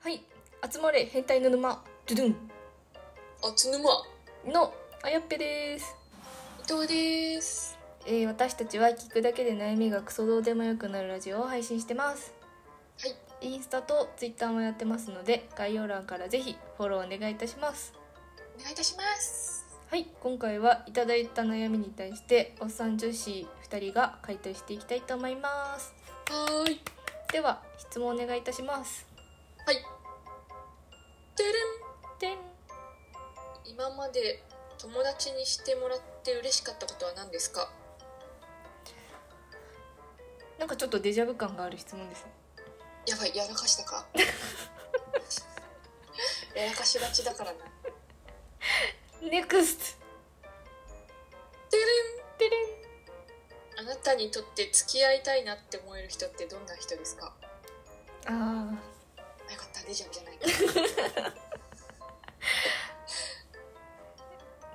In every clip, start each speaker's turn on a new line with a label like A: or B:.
A: はい集まれ変態の沼ドゥドゥ
B: あつぬま
A: ンのあやっぺです、
B: 伊藤です
A: えー、私たちは聞くだけで悩みがクソどうでもよくなるラジオを配信してます
B: はい
A: インスタとツイッターもやってますので概要欄からぜひフォローお願いいたします
B: お願いいたします
A: はい今回はいただいた悩みに対しておっさん女子2人が回答していきたいと思います
B: はーい
A: では質問お願いいたします
B: はいてれ
A: てん
B: ん今まで友達にしてもらって嬉しかったことは何ですか
A: なんかちょっとデジャブ感がある質問ですね
B: やばいやらかした かやらかしがちだからな
A: ネクス
B: てれ
A: トてれん
B: んあなたにとって付き合いたいなって思える人ってどんな人ですか
A: あ
B: あよかったデジャブじゃない
A: あ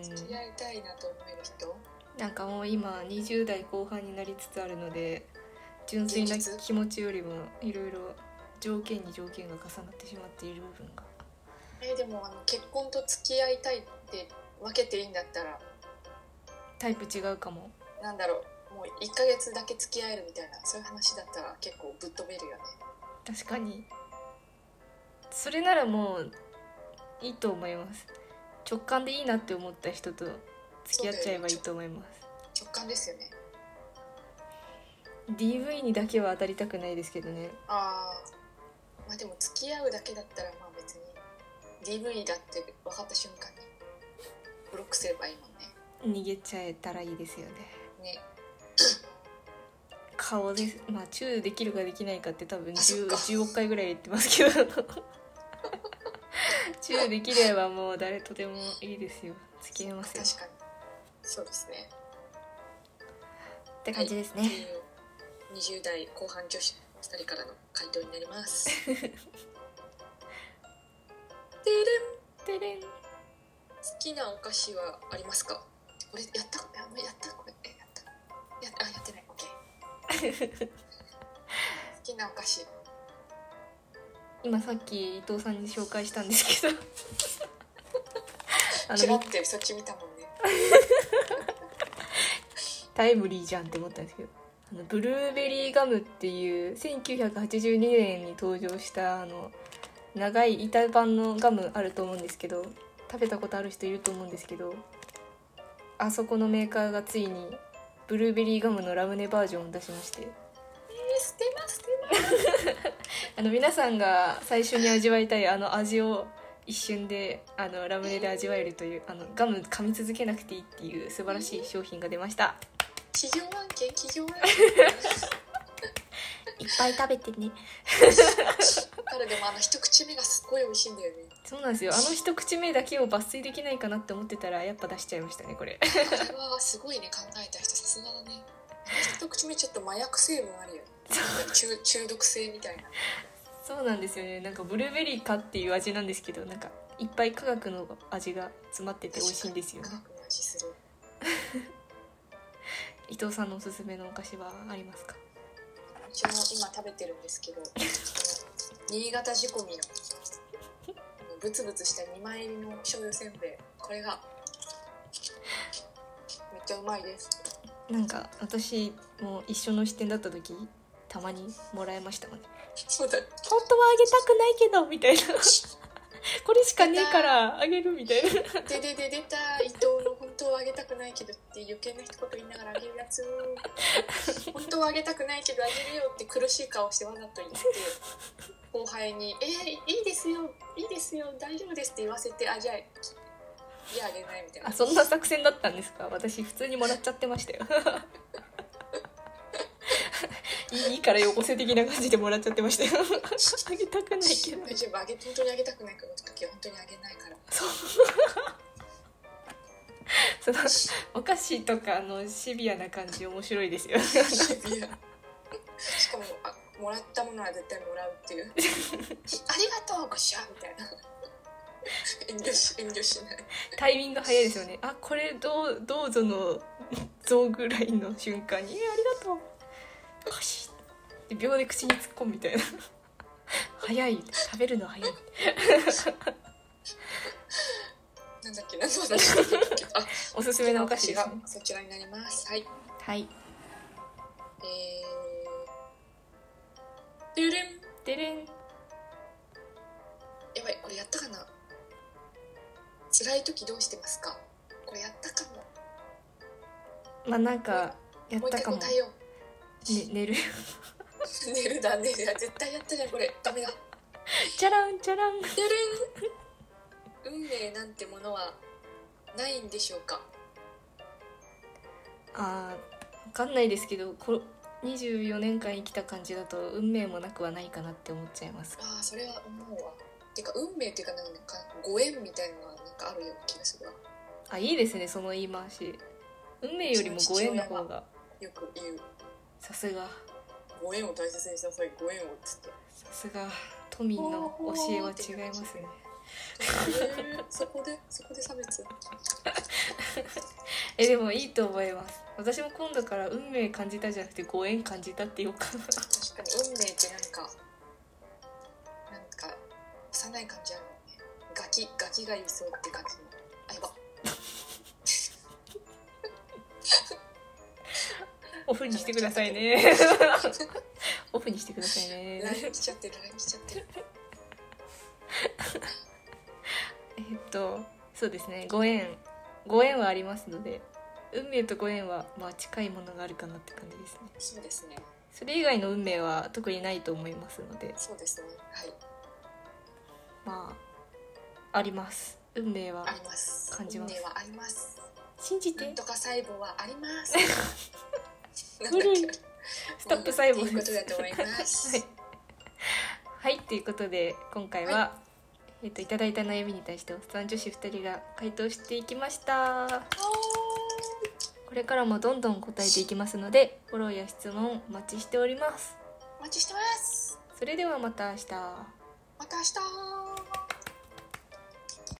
A: う
B: 付き合いたいなと思える人
A: んなんかもう今20代後半になりつつあるので純粋な
B: 現実
A: 気持ちよりもいろいろ条件に条件が重なってしまっている部分が
B: えでもあの結婚と付き合いたいって分けていいんだったら
A: タイプ違うかも
B: なんだろうもう1ヶ月だけ付き合えるみたいなそういう話だったら結構ぶっ飛べるよね
A: 確かにそれならもういいと思います直感でいいなって思った人と付き合っちゃえばいいと思います
B: 直感ですよね
A: DV にだけは当たりたくないですけどね
B: ああまあでも付き合うだけだったらまあ別に DV だって分かった瞬間にブロックすればいいもんね
A: 逃げちゃえたらいいですよね
B: ね
A: 顔ですまあチューできるかできないかって多分
B: あそっ
A: 10,
B: か
A: 10億回ぐらい言ってますけど チューできればもう誰とでもいいですよ付き合いますよ
B: 確かにそうですね
A: って感じです
B: って
A: ね
B: いう20代後半女子2人からの回答になりますてれん
A: てれん
B: 好きなお菓子はありますかこれやったややったこれえやったやあやってない OK 好きなお菓子
A: 今さっき伊藤さんに紹介したんですけど あ
B: チラ
A: の
B: ってそっち見たもんね
A: タイムリーじゃんって思ったんですけどあのブルーベリーガムっていう1982年に登場したあの長い板板のガムあると思うんですけど食べたことある人いると思うんですけどあそこのメーカーがついにブルーベリーガムのラムネバージョンを出しまして
B: えー、捨てます捨てます
A: あの皆さんが最初に味わいたいあの味を一瞬であのラムネで味わえるというあのガム噛み続けなくていいっていう素晴らしい商品が出ました
B: 企業案件企業案
A: いっぱい食べてね
B: 件からでもあの一口目がすっごい美味しいんだよね
A: そうなんですよあの一口目だけを抜粋できないかなって思ってたらやっぱ出しちゃいましたねこれ
B: これはすごいね考えた人さすがだね一口目ちょっと麻薬成分あるよね中中毒性みたいな
A: そうなんですよねなんかブルーベリーかっていう味なんですけどなんかいっぱい科学の味が詰まってて美味しいんですよね
B: 科学の味する
A: 伊藤さんのおすすめのお菓子はありますか
B: うちも今食べてるんですけどあの新潟仕込みのあのブツブツした2枚入りの醤油せんべいこれがめっちゃうまいです
A: なんか私も一緒の視点だった時たまにもらえましたもんね
B: そうだ
A: 本当はあげたくないけどみたいな これしかねえからあげるみたいな
B: ででで出た伊藤の本当はあげたくないけどって余計な一言言いながらあげるやつ本当はあげたくないけどあげるよって苦しい顔してわざと言って後輩に「えー、いいですよいいですよ大丈夫です」って言わせて「あじゃあいやあげない」みたいな
A: あそんな作戦だったんですか私普通にもらっちゃってましたよ いいいいからよこせ的な感じでもらっちゃってましたよあげたくないけど
B: 大丈夫あげ本当にあげたくないから時は本当にあげないから
A: そのお菓子とかのシビアな感じ面白いですよ
B: いやしかもあもらったものは絶対もらうっていうありがとうごっしゃみたいな遠慮し遠慮しない
A: タイミング早いですよねあこれどうどうぞの像ぐらいの瞬間に「えありがとう」お菓子って秒で口に突っ込むみたいなは早い食べるの早い
B: なんだっけ何の話だったっけあ
A: おすすめのお菓子ですね
B: がそちらになりますはい
A: はい
B: えーてるれん
A: でれん
B: やばい俺やったかな辛い時どうしてますかこれやったかも
A: まあなんかやっ
B: もう
A: た
B: 一
A: か
B: 回
A: も、ね
B: 答えよう、
A: 寝る
B: 寝るだ寝るだ絶対やったじゃんこれダメだ
A: チャランチャラン
B: てるん運命なんてものはないんでしょうか
A: あーわかんないですけどこ24年間生きた感じだと運命もなくはないかなって思っちゃいます
B: ああそれは思うわてか運命っていうかなんかご縁みたいなのはなんかあるような気がするわ
A: あいいですねその言い回し運命よりもご縁の方が
B: よく言う
A: さすが
B: ご縁を大切にしなさいご縁をっ つって
A: さすが都民の教えは違いますね
B: へーそこでそこで差別
A: えでもいいと思います私も今度から運命感じたじゃなくてご縁感じたって言おうかな
B: 確かに運命ってなんかなんか幼い感じあるもんねガキガキがいそうって感じのあやば
A: オフにしてくださいね オフにしてくださいね
B: LINE 来ちゃってる LINE 来ちゃってる
A: えっとそうですねご縁ご縁はありますので運命とご縁はまあ近いものがあるかなって感じですね
B: そうですね
A: それ以外の運命は特にないと思いますので
B: そうですねはい
A: まああります運命は
B: あります
A: 感じます
B: 運命はあります
A: 信じ
B: な
A: て
B: んとか細胞はありますな
A: 無理
B: んだっけ
A: ストップ細胞
B: という
A: で
B: こと
A: す
B: だと思います、
A: はい、はい、ということで今回は、い、えっといただいた悩みに対しておっさん女子2人が回答していきましたこれからもどんどん答えていきますのでフォローや質問お待ちしております
B: お待ちしてます
A: それではまた明日
B: また明日